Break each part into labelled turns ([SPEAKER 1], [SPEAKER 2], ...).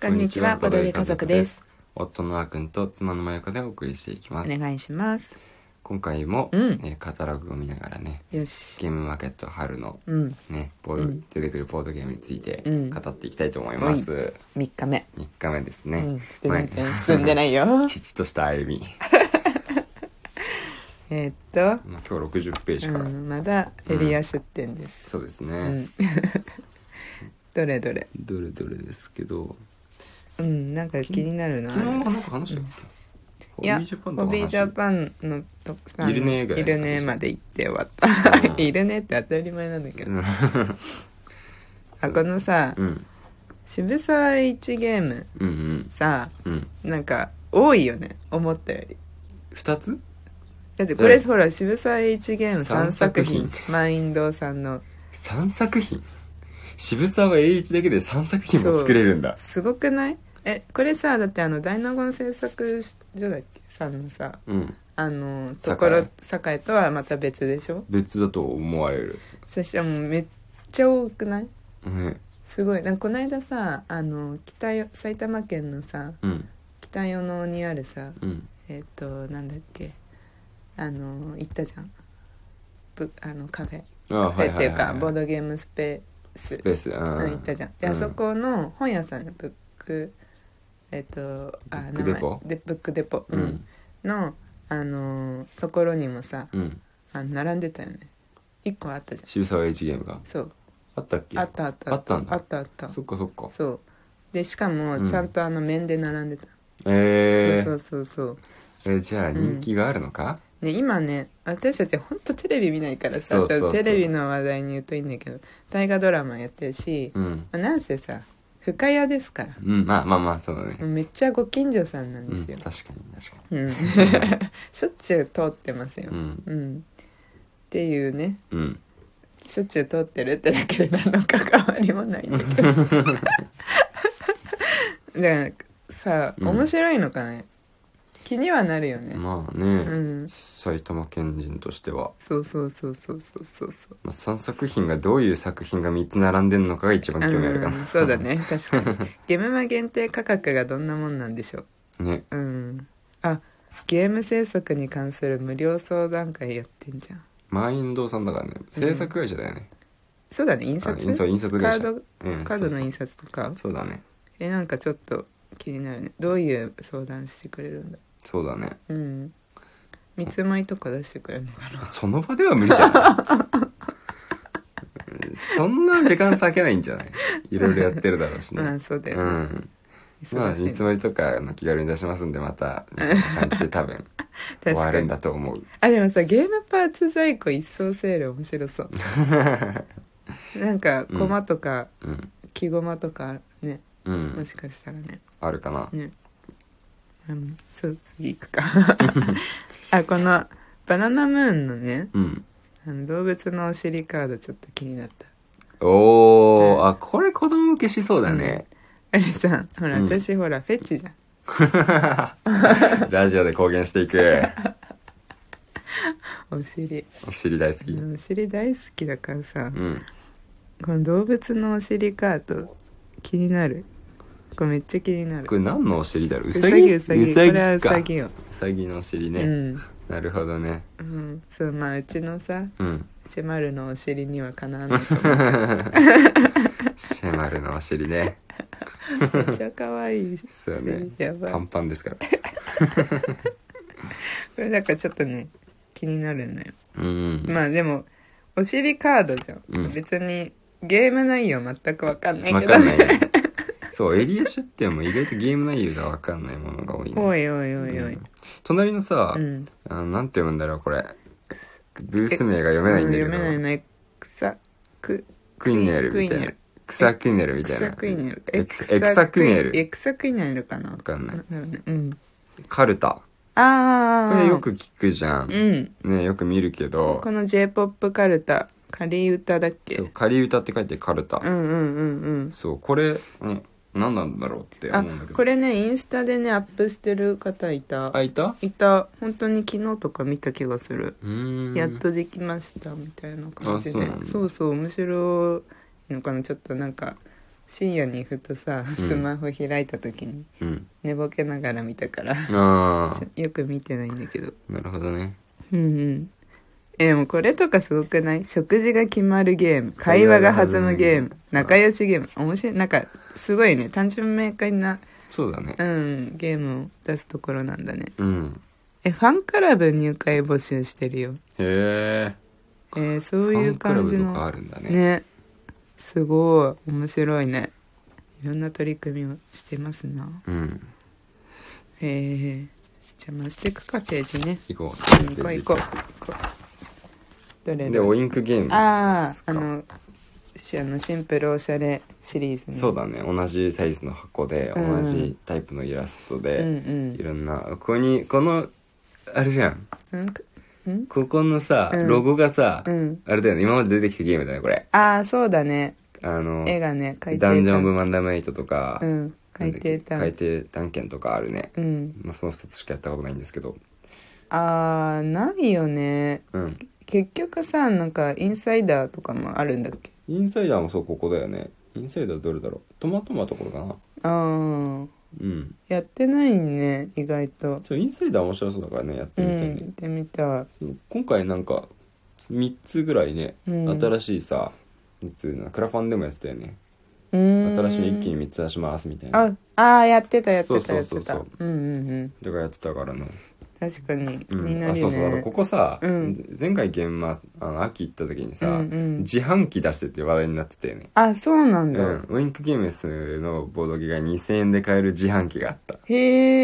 [SPEAKER 1] こんにちは、ボドゲ家族です。。
[SPEAKER 2] 夫のあーくんと妻のまゆかでお送りしていきま
[SPEAKER 1] お
[SPEAKER 2] す。
[SPEAKER 1] 願いします。
[SPEAKER 2] 今回も、
[SPEAKER 1] うん
[SPEAKER 2] えーカタログを見ながらね、
[SPEAKER 1] よし。
[SPEAKER 2] ゲームマーケット春の
[SPEAKER 1] うん、
[SPEAKER 2] ね、ボード
[SPEAKER 1] うん
[SPEAKER 2] 出てくるボードゲームについて
[SPEAKER 1] うん
[SPEAKER 2] 語っていきたいと思います。
[SPEAKER 1] 3日目。
[SPEAKER 2] 3日目です
[SPEAKER 1] う
[SPEAKER 2] ね。
[SPEAKER 1] ん、
[SPEAKER 2] 前。
[SPEAKER 1] 全然進んでないよ
[SPEAKER 2] 父とした歩み。
[SPEAKER 1] えーっ
[SPEAKER 2] まあ今日60ページ
[SPEAKER 1] と、
[SPEAKER 2] から。
[SPEAKER 1] うん、まだエリア出店です。
[SPEAKER 2] そうです
[SPEAKER 1] う
[SPEAKER 2] ね。
[SPEAKER 1] ん。 どれどれ。
[SPEAKER 2] どれどれですけど、
[SPEAKER 1] うん、なんか気になるな。
[SPEAKER 2] 昨日もなんか話したっけ
[SPEAKER 1] い
[SPEAKER 2] ホビ
[SPEAKER 1] や
[SPEAKER 2] ージャパ、ン
[SPEAKER 1] ホ
[SPEAKER 2] の
[SPEAKER 1] ビージャ
[SPEAKER 2] 話。
[SPEAKER 1] パンのと
[SPEAKER 2] いるねーぐらい
[SPEAKER 1] い
[SPEAKER 2] の話
[SPEAKER 1] るねーまで行って終わった
[SPEAKER 2] う。ん
[SPEAKER 1] いるねーって当たり前なんだけ
[SPEAKER 2] う
[SPEAKER 1] ど。
[SPEAKER 2] ん
[SPEAKER 1] あ、このさ、
[SPEAKER 2] うん。
[SPEAKER 1] 渋沢栄一ゲーム
[SPEAKER 2] うんうん。
[SPEAKER 1] さ、
[SPEAKER 2] うん。
[SPEAKER 1] なんか多いよね、思ったより。
[SPEAKER 2] 2つ
[SPEAKER 1] だってこれ、
[SPEAKER 2] うん
[SPEAKER 1] ほら渋沢栄一ゲーム3作
[SPEAKER 2] 三
[SPEAKER 1] 品
[SPEAKER 2] 作
[SPEAKER 1] マインドさんの
[SPEAKER 2] 三作品渋沢栄一だけで三作品も作れるんだ
[SPEAKER 1] すごくないえこれさだってあの大納言製作所だっけさんのさ
[SPEAKER 2] うん
[SPEAKER 1] あの
[SPEAKER 2] 酒井
[SPEAKER 1] ところ酒井とはまた別でしょ
[SPEAKER 2] 別だと思われる、
[SPEAKER 1] そしてもうめっちゃ多くない
[SPEAKER 2] ね、
[SPEAKER 1] すごいなんかこの間さあの北よ埼玉県のさ
[SPEAKER 2] うん
[SPEAKER 1] 北与野にあるさ
[SPEAKER 2] うん
[SPEAKER 1] えっ、となんだっけあの行ったじゃんぶあのカフェ
[SPEAKER 2] あ
[SPEAKER 1] カフ
[SPEAKER 2] はい
[SPEAKER 1] ェっ
[SPEAKER 2] は
[SPEAKER 1] てい
[SPEAKER 2] いうは
[SPEAKER 1] か
[SPEAKER 2] い
[SPEAKER 1] ボー
[SPEAKER 2] は
[SPEAKER 1] ドゲームスペー
[SPEAKER 2] い
[SPEAKER 1] ス
[SPEAKER 2] スペースうん
[SPEAKER 1] うん、行ったじゃんで、
[SPEAKER 2] うん
[SPEAKER 1] あそこの本屋さんのブックえっ、とあ
[SPEAKER 2] ブックデポ
[SPEAKER 1] 名前でブックデポ、
[SPEAKER 2] う
[SPEAKER 1] うんん、のあのーところにもさ
[SPEAKER 2] うん
[SPEAKER 1] あの並んでたよね一個あったじゃん
[SPEAKER 2] 渋沢栄一ゲームが
[SPEAKER 1] そう
[SPEAKER 2] あったっけ
[SPEAKER 1] あったあった
[SPEAKER 2] あったんだ
[SPEAKER 1] あったあった
[SPEAKER 2] そっかそっか
[SPEAKER 1] そうでしか
[SPEAKER 2] う
[SPEAKER 1] も
[SPEAKER 2] ん
[SPEAKER 1] ちゃんとあの面で並んでた、
[SPEAKER 2] えー
[SPEAKER 1] そうそうそうそう
[SPEAKER 2] えじゃあ人気があるのか、
[SPEAKER 1] ね、今ね私たち本当テレビ見ないからさ
[SPEAKER 2] そうそうそう
[SPEAKER 1] ちょっとテレビの話題に言うといいんだけど大河ドラマやってるし、
[SPEAKER 2] うん、
[SPEAKER 1] まあなんせさ深谷ですから
[SPEAKER 2] うん、まあまあまあそうだね、
[SPEAKER 1] めっちゃご近所さんなん
[SPEAKER 2] うん、
[SPEAKER 1] です
[SPEAKER 2] 確
[SPEAKER 1] よ、
[SPEAKER 2] かに確か
[SPEAKER 1] う んしょっちゅう通ってますよ
[SPEAKER 2] にう、ん
[SPEAKER 1] うんっていうね
[SPEAKER 2] うん
[SPEAKER 1] しょっちゅう通ってるってだけで何の関わりもないんだけど だからさ
[SPEAKER 2] うん
[SPEAKER 1] 面白いのかね、気にはなるよね、
[SPEAKER 2] まあ
[SPEAKER 1] う
[SPEAKER 2] ね、
[SPEAKER 1] ん、
[SPEAKER 2] 埼玉県人としては、
[SPEAKER 1] そうそうそうそうそうそうそう
[SPEAKER 2] まあ、3作品がどういう作品が3つ並んでるのかが一番興味あるか
[SPEAKER 1] う
[SPEAKER 2] なん
[SPEAKER 1] そうだね確かにゲームマ限定価格がどんなもんなんでしょう
[SPEAKER 2] ね
[SPEAKER 1] うんあゲーム制作に関する無料相談会やってんじゃん
[SPEAKER 2] 満員堂さんだからね制作会社だよね、
[SPEAKER 1] そうだね印
[SPEAKER 2] あ
[SPEAKER 1] 刷
[SPEAKER 2] 印そう印刷
[SPEAKER 1] カ
[SPEAKER 2] 会社
[SPEAKER 1] ード
[SPEAKER 2] うん
[SPEAKER 1] カードの
[SPEAKER 2] そう
[SPEAKER 1] 印刷とか
[SPEAKER 2] そうそうだね
[SPEAKER 1] えなんかちょっと気になるねどういう相談してくれるんだ
[SPEAKER 2] そうだね
[SPEAKER 1] うん見積もりとか出してくれるのかな
[SPEAKER 2] その場では無理じゃない うんそんな時間割けないんじゃないいろいろやってるだろうしね
[SPEAKER 1] うんそうだよ
[SPEAKER 2] う
[SPEAKER 1] ね、
[SPEAKER 2] んま
[SPEAKER 1] 忙
[SPEAKER 2] あ
[SPEAKER 1] しい
[SPEAKER 2] 見
[SPEAKER 1] ね
[SPEAKER 2] 積もりとかの気軽に出しますんでまたみたいな感じで多分終
[SPEAKER 1] 確
[SPEAKER 2] わ
[SPEAKER 1] か
[SPEAKER 2] るん
[SPEAKER 1] に
[SPEAKER 2] だと思う
[SPEAKER 1] あでもさゲームパーツ在庫一掃セール面白そう なんか
[SPEAKER 2] うん
[SPEAKER 1] コマとか
[SPEAKER 2] うん
[SPEAKER 1] 木駒とかね
[SPEAKER 2] う
[SPEAKER 1] も
[SPEAKER 2] ん
[SPEAKER 1] しかしたらね
[SPEAKER 2] あるかな
[SPEAKER 1] ねうんそう次行 くかあこのバナナムーンのね
[SPEAKER 2] うん
[SPEAKER 1] あの動物のお尻カードちょっと気になった
[SPEAKER 2] お
[SPEAKER 1] う
[SPEAKER 2] ーあこれ子供向けしそうだね
[SPEAKER 1] あれさほら
[SPEAKER 2] うん
[SPEAKER 1] 私、ほらフェチじゃん
[SPEAKER 2] ラジオで公言していく
[SPEAKER 1] お尻
[SPEAKER 2] お尻大好き
[SPEAKER 1] お尻大好きだからさ、
[SPEAKER 2] うん
[SPEAKER 1] この動物のお尻カート気になるこれめっちゃ気になる
[SPEAKER 2] これ何のお尻だろう
[SPEAKER 1] う
[SPEAKER 2] うさぎ
[SPEAKER 1] うさぎ
[SPEAKER 2] うさぎ
[SPEAKER 1] これはう
[SPEAKER 2] か
[SPEAKER 1] さぎよ、
[SPEAKER 2] うさぎのお尻ね、
[SPEAKER 1] うん、
[SPEAKER 2] なるほどね
[SPEAKER 1] うん、そうまあうちのさ
[SPEAKER 2] うん
[SPEAKER 1] シェマルのお尻にはかなわないと
[SPEAKER 2] シェマルのお尻ね
[SPEAKER 1] 思うめっちゃ可愛い
[SPEAKER 2] そうね
[SPEAKER 1] やばい
[SPEAKER 2] パンパンですから
[SPEAKER 1] これなんかちょっとね気になるのよ
[SPEAKER 2] うん、
[SPEAKER 1] まあでもお尻カードじゃん、
[SPEAKER 2] うん
[SPEAKER 1] 別にゲーム内容全く分かんない
[SPEAKER 2] わ
[SPEAKER 1] けど
[SPEAKER 2] かんないねそうエリア出店も意外とゲーム内容がわかんないものが多いね
[SPEAKER 1] おいおいおいお
[SPEAKER 2] う
[SPEAKER 1] い
[SPEAKER 2] ん、隣のさ、
[SPEAKER 1] うん、
[SPEAKER 2] あのなんて読むんだろうこれブース名が読めないんだけど
[SPEAKER 1] う読めないね草く
[SPEAKER 2] クイネルみた
[SPEAKER 1] クイネ
[SPEAKER 2] いな
[SPEAKER 1] ル
[SPEAKER 2] 草クイネルみたいな
[SPEAKER 1] 草クイネル
[SPEAKER 2] エクエクサクイネル
[SPEAKER 1] エクサクイネルかな
[SPEAKER 2] わかんない
[SPEAKER 1] うん
[SPEAKER 2] カルタ
[SPEAKER 1] あ
[SPEAKER 2] こ
[SPEAKER 1] あ
[SPEAKER 2] れよく聞くじゃ
[SPEAKER 1] うん
[SPEAKER 2] ねよく見るけど
[SPEAKER 1] この j p o p カルタ仮歌だっけ
[SPEAKER 2] そう仮歌って書いてカルタ、
[SPEAKER 1] うんうんうんうん
[SPEAKER 2] そうこれ、うん、何なんだろうって
[SPEAKER 1] あ
[SPEAKER 2] 思うんだけど
[SPEAKER 1] これねインスタでねアップしてる方いた
[SPEAKER 2] あいた
[SPEAKER 1] いた本当に昨日とか見た気がする
[SPEAKER 2] うーん
[SPEAKER 1] やっとできましたみたいな感じで
[SPEAKER 2] あそうなんだ
[SPEAKER 1] そうそう面白いのかなちょっとなんか深夜にふとさ
[SPEAKER 2] うん
[SPEAKER 1] スマホ開いた時に
[SPEAKER 2] うん。
[SPEAKER 1] 寝ぼけながら見たから、
[SPEAKER 2] あ
[SPEAKER 1] ちょよく見てないんだけど
[SPEAKER 2] あ、なるほどね。
[SPEAKER 1] うんうんえでもこれとかすごくない食事が決まるゲーム会話が弾むゲーム仲良しゲーム面白いなんかすごいね単純明快な、
[SPEAKER 2] そうだね
[SPEAKER 1] う。ん、ゲームを出すところなんだね
[SPEAKER 2] うん。
[SPEAKER 1] えファンクラブ入会募集してるよ
[SPEAKER 2] へえ。
[SPEAKER 1] えーそういう
[SPEAKER 2] ファン
[SPEAKER 1] 感
[SPEAKER 2] ク
[SPEAKER 1] じ
[SPEAKER 2] ラブ
[SPEAKER 1] の
[SPEAKER 2] とかあるんだね。
[SPEAKER 1] ねすごい面白いねいろんな取り組みをしてますな
[SPEAKER 2] うん。
[SPEAKER 1] えー、邪魔していくかページね
[SPEAKER 2] 行こ
[SPEAKER 1] うん
[SPEAKER 2] う。
[SPEAKER 1] 行こう行こう行こうどれ
[SPEAKER 2] で、
[SPEAKER 1] ど
[SPEAKER 2] オ
[SPEAKER 1] れ
[SPEAKER 2] インクゲーム。
[SPEAKER 1] あああのしあのシンプルおしゃれシリーズね
[SPEAKER 2] そうだね。同じサイズの箱で、
[SPEAKER 1] うん
[SPEAKER 2] 同じタイプのイラスト
[SPEAKER 1] う
[SPEAKER 2] で、い
[SPEAKER 1] ん
[SPEAKER 2] ろんな、ここに、この、あれじゃん。
[SPEAKER 1] うんんん
[SPEAKER 2] ここのさ、
[SPEAKER 1] うん
[SPEAKER 2] ロゴがさ、
[SPEAKER 1] うん
[SPEAKER 2] あれだよね。今まで出てきたゲームだね、これ。
[SPEAKER 1] ああそうだね
[SPEAKER 2] あの、
[SPEAKER 1] 絵がね海底
[SPEAKER 2] ダンジョン・オブ・
[SPEAKER 1] ン
[SPEAKER 2] マンダム・エイトとか、
[SPEAKER 1] うん海底探
[SPEAKER 2] なんだっけ海底探検とかあるね、
[SPEAKER 1] うん
[SPEAKER 2] まあ、その2つしかやったことないんですけど
[SPEAKER 1] ああないよね
[SPEAKER 2] うん
[SPEAKER 1] 結局さなんかインサイダーとかもあるんだっけ
[SPEAKER 2] インサイダーもそうここだよねインサイダーどれだろうトマトマところかな
[SPEAKER 1] ああ
[SPEAKER 2] うん
[SPEAKER 1] やってないね意外と
[SPEAKER 2] ちょインサイダー面白そうだからねやっ
[SPEAKER 1] う
[SPEAKER 2] てみたい
[SPEAKER 1] ん行
[SPEAKER 2] ね
[SPEAKER 1] っ、てみたい
[SPEAKER 2] 今回なんか3つぐらいね、
[SPEAKER 1] うん
[SPEAKER 2] 新しいさ3つなクラファンでもやってたよね、
[SPEAKER 1] うーん
[SPEAKER 2] 新しいの一気に3つ出しますみたいな
[SPEAKER 1] ああーやってたやってた
[SPEAKER 2] そ
[SPEAKER 1] や
[SPEAKER 2] う
[SPEAKER 1] っ
[SPEAKER 2] そ
[SPEAKER 1] て
[SPEAKER 2] うそう
[SPEAKER 1] た
[SPEAKER 2] そ
[SPEAKER 1] う
[SPEAKER 2] う
[SPEAKER 1] んうんうん
[SPEAKER 2] とかやってたからね、
[SPEAKER 1] 確かに気
[SPEAKER 2] うん
[SPEAKER 1] にな
[SPEAKER 2] あ
[SPEAKER 1] る
[SPEAKER 2] そ
[SPEAKER 1] よ
[SPEAKER 2] うそうだから
[SPEAKER 1] ね
[SPEAKER 2] ここさ、
[SPEAKER 1] うん
[SPEAKER 2] 前回現場あの秋行った時にさ、
[SPEAKER 1] うんうん
[SPEAKER 2] 自販機出してって話題になってたよね
[SPEAKER 1] あそうなん
[SPEAKER 2] う
[SPEAKER 1] だ
[SPEAKER 2] ん、ウインクゲームスのボードゲが2000円で買える自販機があった
[SPEAKER 1] へ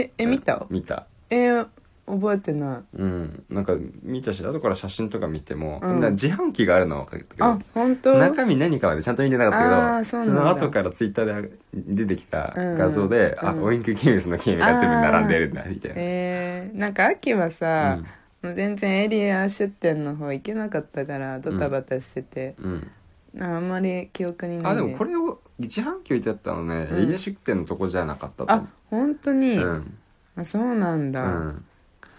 [SPEAKER 1] ーえ見
[SPEAKER 2] うん
[SPEAKER 1] た
[SPEAKER 2] 見た
[SPEAKER 1] えー覚えてな
[SPEAKER 2] うんなんか見たし後から写真とか見ても、
[SPEAKER 1] うん
[SPEAKER 2] な自販機があるのは分かった
[SPEAKER 1] いあ
[SPEAKER 2] け
[SPEAKER 1] 本
[SPEAKER 2] ど
[SPEAKER 1] 当
[SPEAKER 2] 中身何かはねちゃんと見てなか
[SPEAKER 1] あー
[SPEAKER 2] ったけ
[SPEAKER 1] そうな
[SPEAKER 2] ど
[SPEAKER 1] んだ
[SPEAKER 2] の後からツイッターで出てきた
[SPEAKER 1] うん
[SPEAKER 2] 画像で、あ
[SPEAKER 1] うん
[SPEAKER 2] ウインクゲームスのゲームが全部並んでるんだみたいな、
[SPEAKER 1] えーなんか秋はさもう全然エリア出店の方行けなかったからドタバタしてて
[SPEAKER 2] うん、うん
[SPEAKER 1] あんまり記憶にない
[SPEAKER 2] あでもこれを自販機置いてあったのね、
[SPEAKER 1] うん
[SPEAKER 2] エリア出店のとこじゃなかったと思
[SPEAKER 1] あ本当に
[SPEAKER 2] ううん
[SPEAKER 1] あそうなん
[SPEAKER 2] う
[SPEAKER 1] だ、
[SPEAKER 2] ん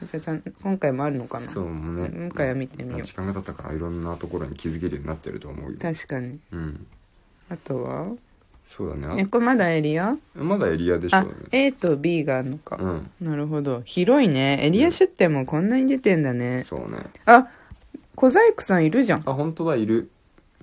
[SPEAKER 1] じゃあた今回もあるのかな
[SPEAKER 2] そうもうね
[SPEAKER 1] もう一回は見てみよう
[SPEAKER 2] まあ時間が経ったからいろんなところに気づけるようになってると思うよ
[SPEAKER 1] 確かに
[SPEAKER 2] うん
[SPEAKER 1] あとは
[SPEAKER 2] そうだね
[SPEAKER 1] えこれまだエリア
[SPEAKER 2] あまだエリアでしょ
[SPEAKER 1] あ
[SPEAKER 2] うね
[SPEAKER 1] A と B があるのか、
[SPEAKER 2] うん
[SPEAKER 1] なるほど広いねエリア出店もこんなに出てんだね、
[SPEAKER 2] そうね
[SPEAKER 1] あ小細工さんいるじゃん
[SPEAKER 2] あ本当だいる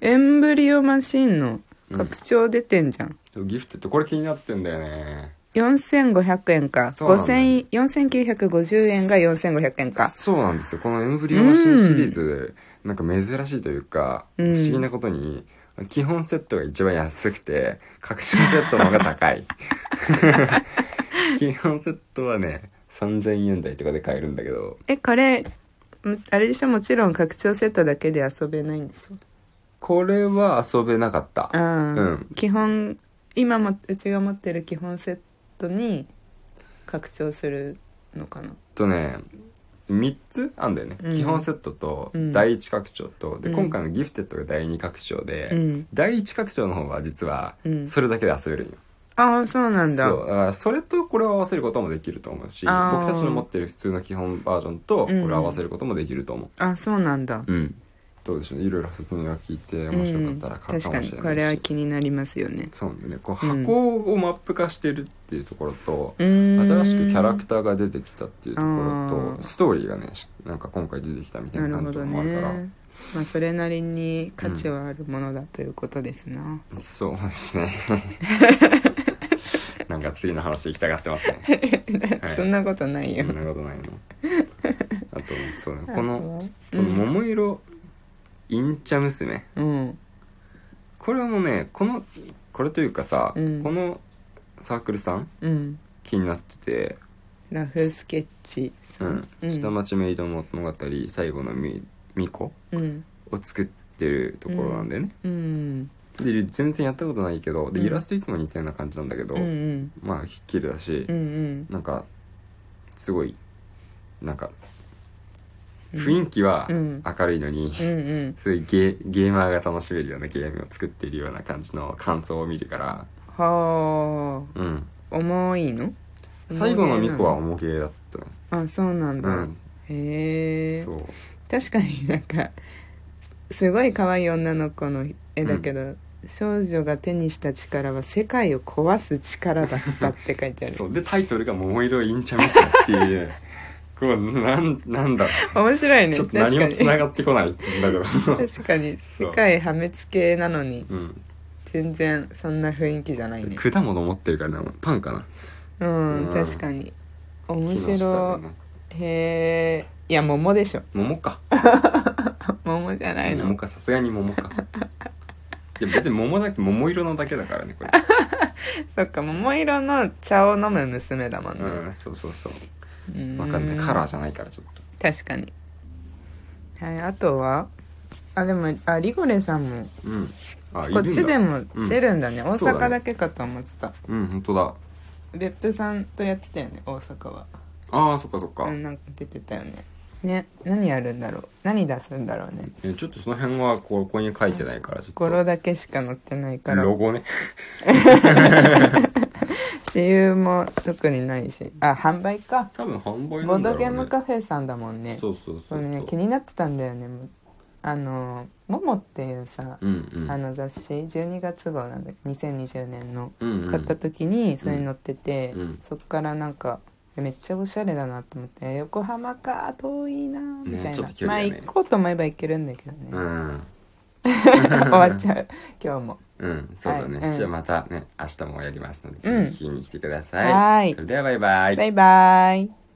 [SPEAKER 1] エンブリオマシンの拡張出てんじゃん、
[SPEAKER 2] そうギフトってこれ気になってんだよね
[SPEAKER 1] 4500円か
[SPEAKER 2] そうなんだよ
[SPEAKER 1] 5000 4950円が4500円か
[SPEAKER 2] そうなんですよこのエンブリオマシンシリーズなんか珍しいというか不
[SPEAKER 1] うん
[SPEAKER 2] 思議なことに基本セットが一番安くて革新セットの方が 高い基本セットはね3000円台とかで買えるんだけど
[SPEAKER 1] えこれむあれでしょもちろん拡張セットだけで遊べないんでしょ
[SPEAKER 2] これは遊べなかった
[SPEAKER 1] あー
[SPEAKER 2] うん
[SPEAKER 1] 基本今もうちが持ってる基本セットに拡張するのかな
[SPEAKER 2] えっとね3つあんだよね、
[SPEAKER 1] うん
[SPEAKER 2] 基本セットと
[SPEAKER 1] うん
[SPEAKER 2] 第1拡張と、で
[SPEAKER 1] うん
[SPEAKER 2] 今回のギフテッドが第2拡張で、
[SPEAKER 1] うん
[SPEAKER 2] 第1拡張の方は実は
[SPEAKER 1] うん
[SPEAKER 2] それだけで遊べるんよ、
[SPEAKER 1] ああそうなんだ
[SPEAKER 2] そうだからそれとこれを合わせることもできると思うし
[SPEAKER 1] あー
[SPEAKER 2] 僕たちの持ってる普通の基本バージョンとこ
[SPEAKER 1] うん
[SPEAKER 2] れを合わせることもできると思
[SPEAKER 1] あそうなんだ
[SPEAKER 2] ううん、どうでしょうねいろいろ説明を聞いて面白かったら買うかもし
[SPEAKER 1] うん確か
[SPEAKER 2] れ
[SPEAKER 1] にこ
[SPEAKER 2] な
[SPEAKER 1] れ
[SPEAKER 2] い
[SPEAKER 1] は
[SPEAKER 2] し、
[SPEAKER 1] 気になりますよね
[SPEAKER 2] そうなんだよねこう
[SPEAKER 1] うん
[SPEAKER 2] 箱をマップ化してるっていうところと、
[SPEAKER 1] うーん
[SPEAKER 2] 新しくキャラクターが出てきたっていうところ
[SPEAKER 1] あー
[SPEAKER 2] とストーリーがねしなんか今回出てきたみたい
[SPEAKER 1] な
[SPEAKER 2] な
[SPEAKER 1] るほ
[SPEAKER 2] 感じ
[SPEAKER 1] ど
[SPEAKER 2] もあるから
[SPEAKER 1] ねまあそれなりに価値はあるものだということですな、
[SPEAKER 2] そうです ねなんか次の話行きたがってます ね、はい、
[SPEAKER 1] そんなことないよ
[SPEAKER 2] そんなこと ないのあとそうねこの
[SPEAKER 1] う
[SPEAKER 2] この
[SPEAKER 1] ん、
[SPEAKER 2] 桃色インチャ娘
[SPEAKER 1] うん、
[SPEAKER 2] これもねこのこれというかさ、
[SPEAKER 1] うん
[SPEAKER 2] このサークルさん
[SPEAKER 1] うん、
[SPEAKER 2] 気になってて
[SPEAKER 1] ラフスケッチ
[SPEAKER 2] 「う
[SPEAKER 1] さ
[SPEAKER 2] ん
[SPEAKER 1] ん、
[SPEAKER 2] 下町メイド物語最後のみみこ」
[SPEAKER 1] うん
[SPEAKER 2] を作ってるところなんだよね、
[SPEAKER 1] うん
[SPEAKER 2] で全然やったことないけどで
[SPEAKER 1] うん
[SPEAKER 2] イラストいつも似たような感じなんだけど、
[SPEAKER 1] うんうん
[SPEAKER 2] まあひっきりだし、
[SPEAKER 1] うんうん
[SPEAKER 2] なんかすごいなんか雰囲気は
[SPEAKER 1] うん
[SPEAKER 2] 明るいのに、
[SPEAKER 1] うんうん
[SPEAKER 2] すごいゲゲーマーが楽しめるようなゲームを作っているような感じの感想を見るから、
[SPEAKER 1] は
[SPEAKER 2] うん、
[SPEAKER 1] あ重いの
[SPEAKER 2] 最後のミコは
[SPEAKER 1] 重
[SPEAKER 2] 重ゲーだったね
[SPEAKER 1] いなあそうなんだ、
[SPEAKER 2] うん
[SPEAKER 1] へえ
[SPEAKER 2] そう
[SPEAKER 1] 確かになんかすすごい可愛い女の子の絵だけど、少女が手にした力は世界を壊す力だったって書いてある
[SPEAKER 2] そうでタイトルが「桃色インチャミス」っていう こうなんなんだ
[SPEAKER 1] 面白いね
[SPEAKER 2] ちょっ
[SPEAKER 1] 確
[SPEAKER 2] と何
[SPEAKER 1] か
[SPEAKER 2] も
[SPEAKER 1] に
[SPEAKER 2] 繋がってこないんだけ ど
[SPEAKER 1] 確かに
[SPEAKER 2] そう
[SPEAKER 1] 世界破滅系なのに
[SPEAKER 2] うん
[SPEAKER 1] 全然そんな雰囲気じゃないね
[SPEAKER 2] 果物持ってるからなパンかな
[SPEAKER 1] うん、
[SPEAKER 2] うん
[SPEAKER 1] 確かに面
[SPEAKER 2] 木の下
[SPEAKER 1] 白
[SPEAKER 2] でね
[SPEAKER 1] いへえいや桃でしょ
[SPEAKER 2] 桃か
[SPEAKER 1] 桃じゃないの
[SPEAKER 2] 桃かさすがに桃かいや別に桃じゃなくて桃色のだけだからね これ
[SPEAKER 1] そっか桃色の茶を飲む娘だもんね
[SPEAKER 2] うんそうそうそう
[SPEAKER 1] うん
[SPEAKER 2] わかんないカラーじゃないからちょっと
[SPEAKER 1] 確かにはいあとはあでもあリゴレさんも
[SPEAKER 2] うんあい
[SPEAKER 1] こ
[SPEAKER 2] る
[SPEAKER 1] っ
[SPEAKER 2] んだ
[SPEAKER 1] ちでも出るんだね、大
[SPEAKER 2] そうだね
[SPEAKER 1] 阪だけかと思ってた、
[SPEAKER 2] うん本当だ
[SPEAKER 1] 別府さんとやってたよね大阪は
[SPEAKER 2] ああそっかそっか、
[SPEAKER 1] うんなんか出てたよねね何やるんだろう何出すんだろうね
[SPEAKER 2] えちょっとその辺はここに書いてないからちょっ
[SPEAKER 1] 語呂
[SPEAKER 2] と
[SPEAKER 1] だけしか載ってないから
[SPEAKER 2] ロゴね
[SPEAKER 1] 私有も特にないしあ販売か
[SPEAKER 2] 多分販売
[SPEAKER 1] ボ
[SPEAKER 2] な
[SPEAKER 1] ー
[SPEAKER 2] んだ
[SPEAKER 1] ド
[SPEAKER 2] ろう、ね、
[SPEAKER 1] ゲームカフェさんだもんね
[SPEAKER 2] そうそう
[SPEAKER 1] こ
[SPEAKER 2] そう
[SPEAKER 1] れね気になってたんだよねあの「モモっていうさ、
[SPEAKER 2] うんうん
[SPEAKER 1] あの雑誌12月号なんだけど2020年の
[SPEAKER 2] うんうん
[SPEAKER 1] 買った時にそれに載ってて、
[SPEAKER 2] うん
[SPEAKER 1] そっからなんかめっちゃおしゃれだなと思って横浜か遠いなみたい
[SPEAKER 2] ね
[SPEAKER 1] な、
[SPEAKER 2] ちょっと距
[SPEAKER 1] まあ
[SPEAKER 2] 離だね
[SPEAKER 1] 行こうと思えば行けるんだけどね、
[SPEAKER 2] うん
[SPEAKER 1] 終わっちゃう今日も
[SPEAKER 2] うん、そうだね、
[SPEAKER 1] はいうん
[SPEAKER 2] じゃあまたね明日もやりますので
[SPEAKER 1] うん
[SPEAKER 2] ぜひ聞きに来てください、
[SPEAKER 1] はーい
[SPEAKER 2] それではバイバイ
[SPEAKER 1] バイバイ